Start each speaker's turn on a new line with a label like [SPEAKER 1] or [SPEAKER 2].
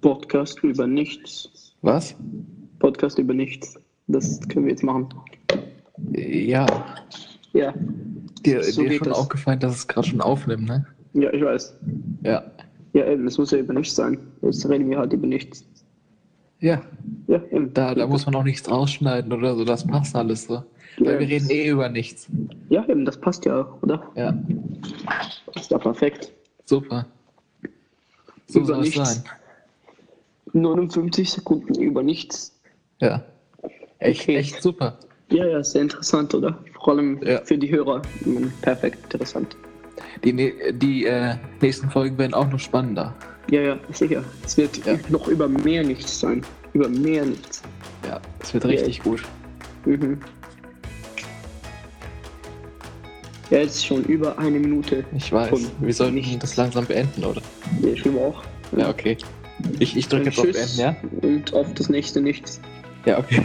[SPEAKER 1] Podcast über nichts.
[SPEAKER 2] Was?
[SPEAKER 1] Podcast über nichts. Das können wir jetzt machen.
[SPEAKER 2] Ja,
[SPEAKER 1] Ja,
[SPEAKER 2] dir,
[SPEAKER 1] So
[SPEAKER 2] dir
[SPEAKER 1] geht
[SPEAKER 2] schon
[SPEAKER 1] das.
[SPEAKER 2] aufgefallen, dass es gerade schon aufnimmt, ne?
[SPEAKER 1] ja, ich weiß.
[SPEAKER 2] Ja.
[SPEAKER 1] Ja, eben, es muss ja über nichts sein. Jetzt reden wir halt über nichts.
[SPEAKER 2] Ja,
[SPEAKER 1] Ja, eben.
[SPEAKER 2] da, da muss man auch nichts rausschneiden oder so, das passt alles so. Weil wir reden eh über nichts.
[SPEAKER 1] Ja, eben, das passt ja, oder?
[SPEAKER 2] Ja,
[SPEAKER 1] Ist ja perfekt.
[SPEAKER 2] super. So
[SPEAKER 1] Über
[SPEAKER 2] soll es
[SPEAKER 1] nichts.
[SPEAKER 2] sein.
[SPEAKER 1] 59 Sekunden über nichts.
[SPEAKER 2] Ja. Echt,
[SPEAKER 1] Okay.
[SPEAKER 2] echt super.
[SPEAKER 1] Ja, ja, sehr interessant, oder? Vor allem
[SPEAKER 2] Ja.
[SPEAKER 1] für die Hörer. Mhm, Perfekt, interessant.
[SPEAKER 2] Die, nä- die äh, nächsten Folgen werden auch noch spannender.
[SPEAKER 1] Ja, ja, sicher. Es wird
[SPEAKER 2] Ja.
[SPEAKER 1] noch über mehr nichts sein. Über mehr nichts.
[SPEAKER 2] Ja, es wird richtig gut.
[SPEAKER 1] Mhm. Ja, jetzt ist schon über eine Minute.
[SPEAKER 2] Ich weiß.
[SPEAKER 1] Und
[SPEAKER 2] wir sollten
[SPEAKER 1] nichts.
[SPEAKER 2] das langsam beenden, oder?
[SPEAKER 1] Ja, Ich will auch.
[SPEAKER 2] Ja, okay. Ich, ich drücke
[SPEAKER 1] Dann
[SPEAKER 2] jetzt auf Beenden, ja?
[SPEAKER 1] Und auf das nächste Nichts.
[SPEAKER 2] Ja, okay.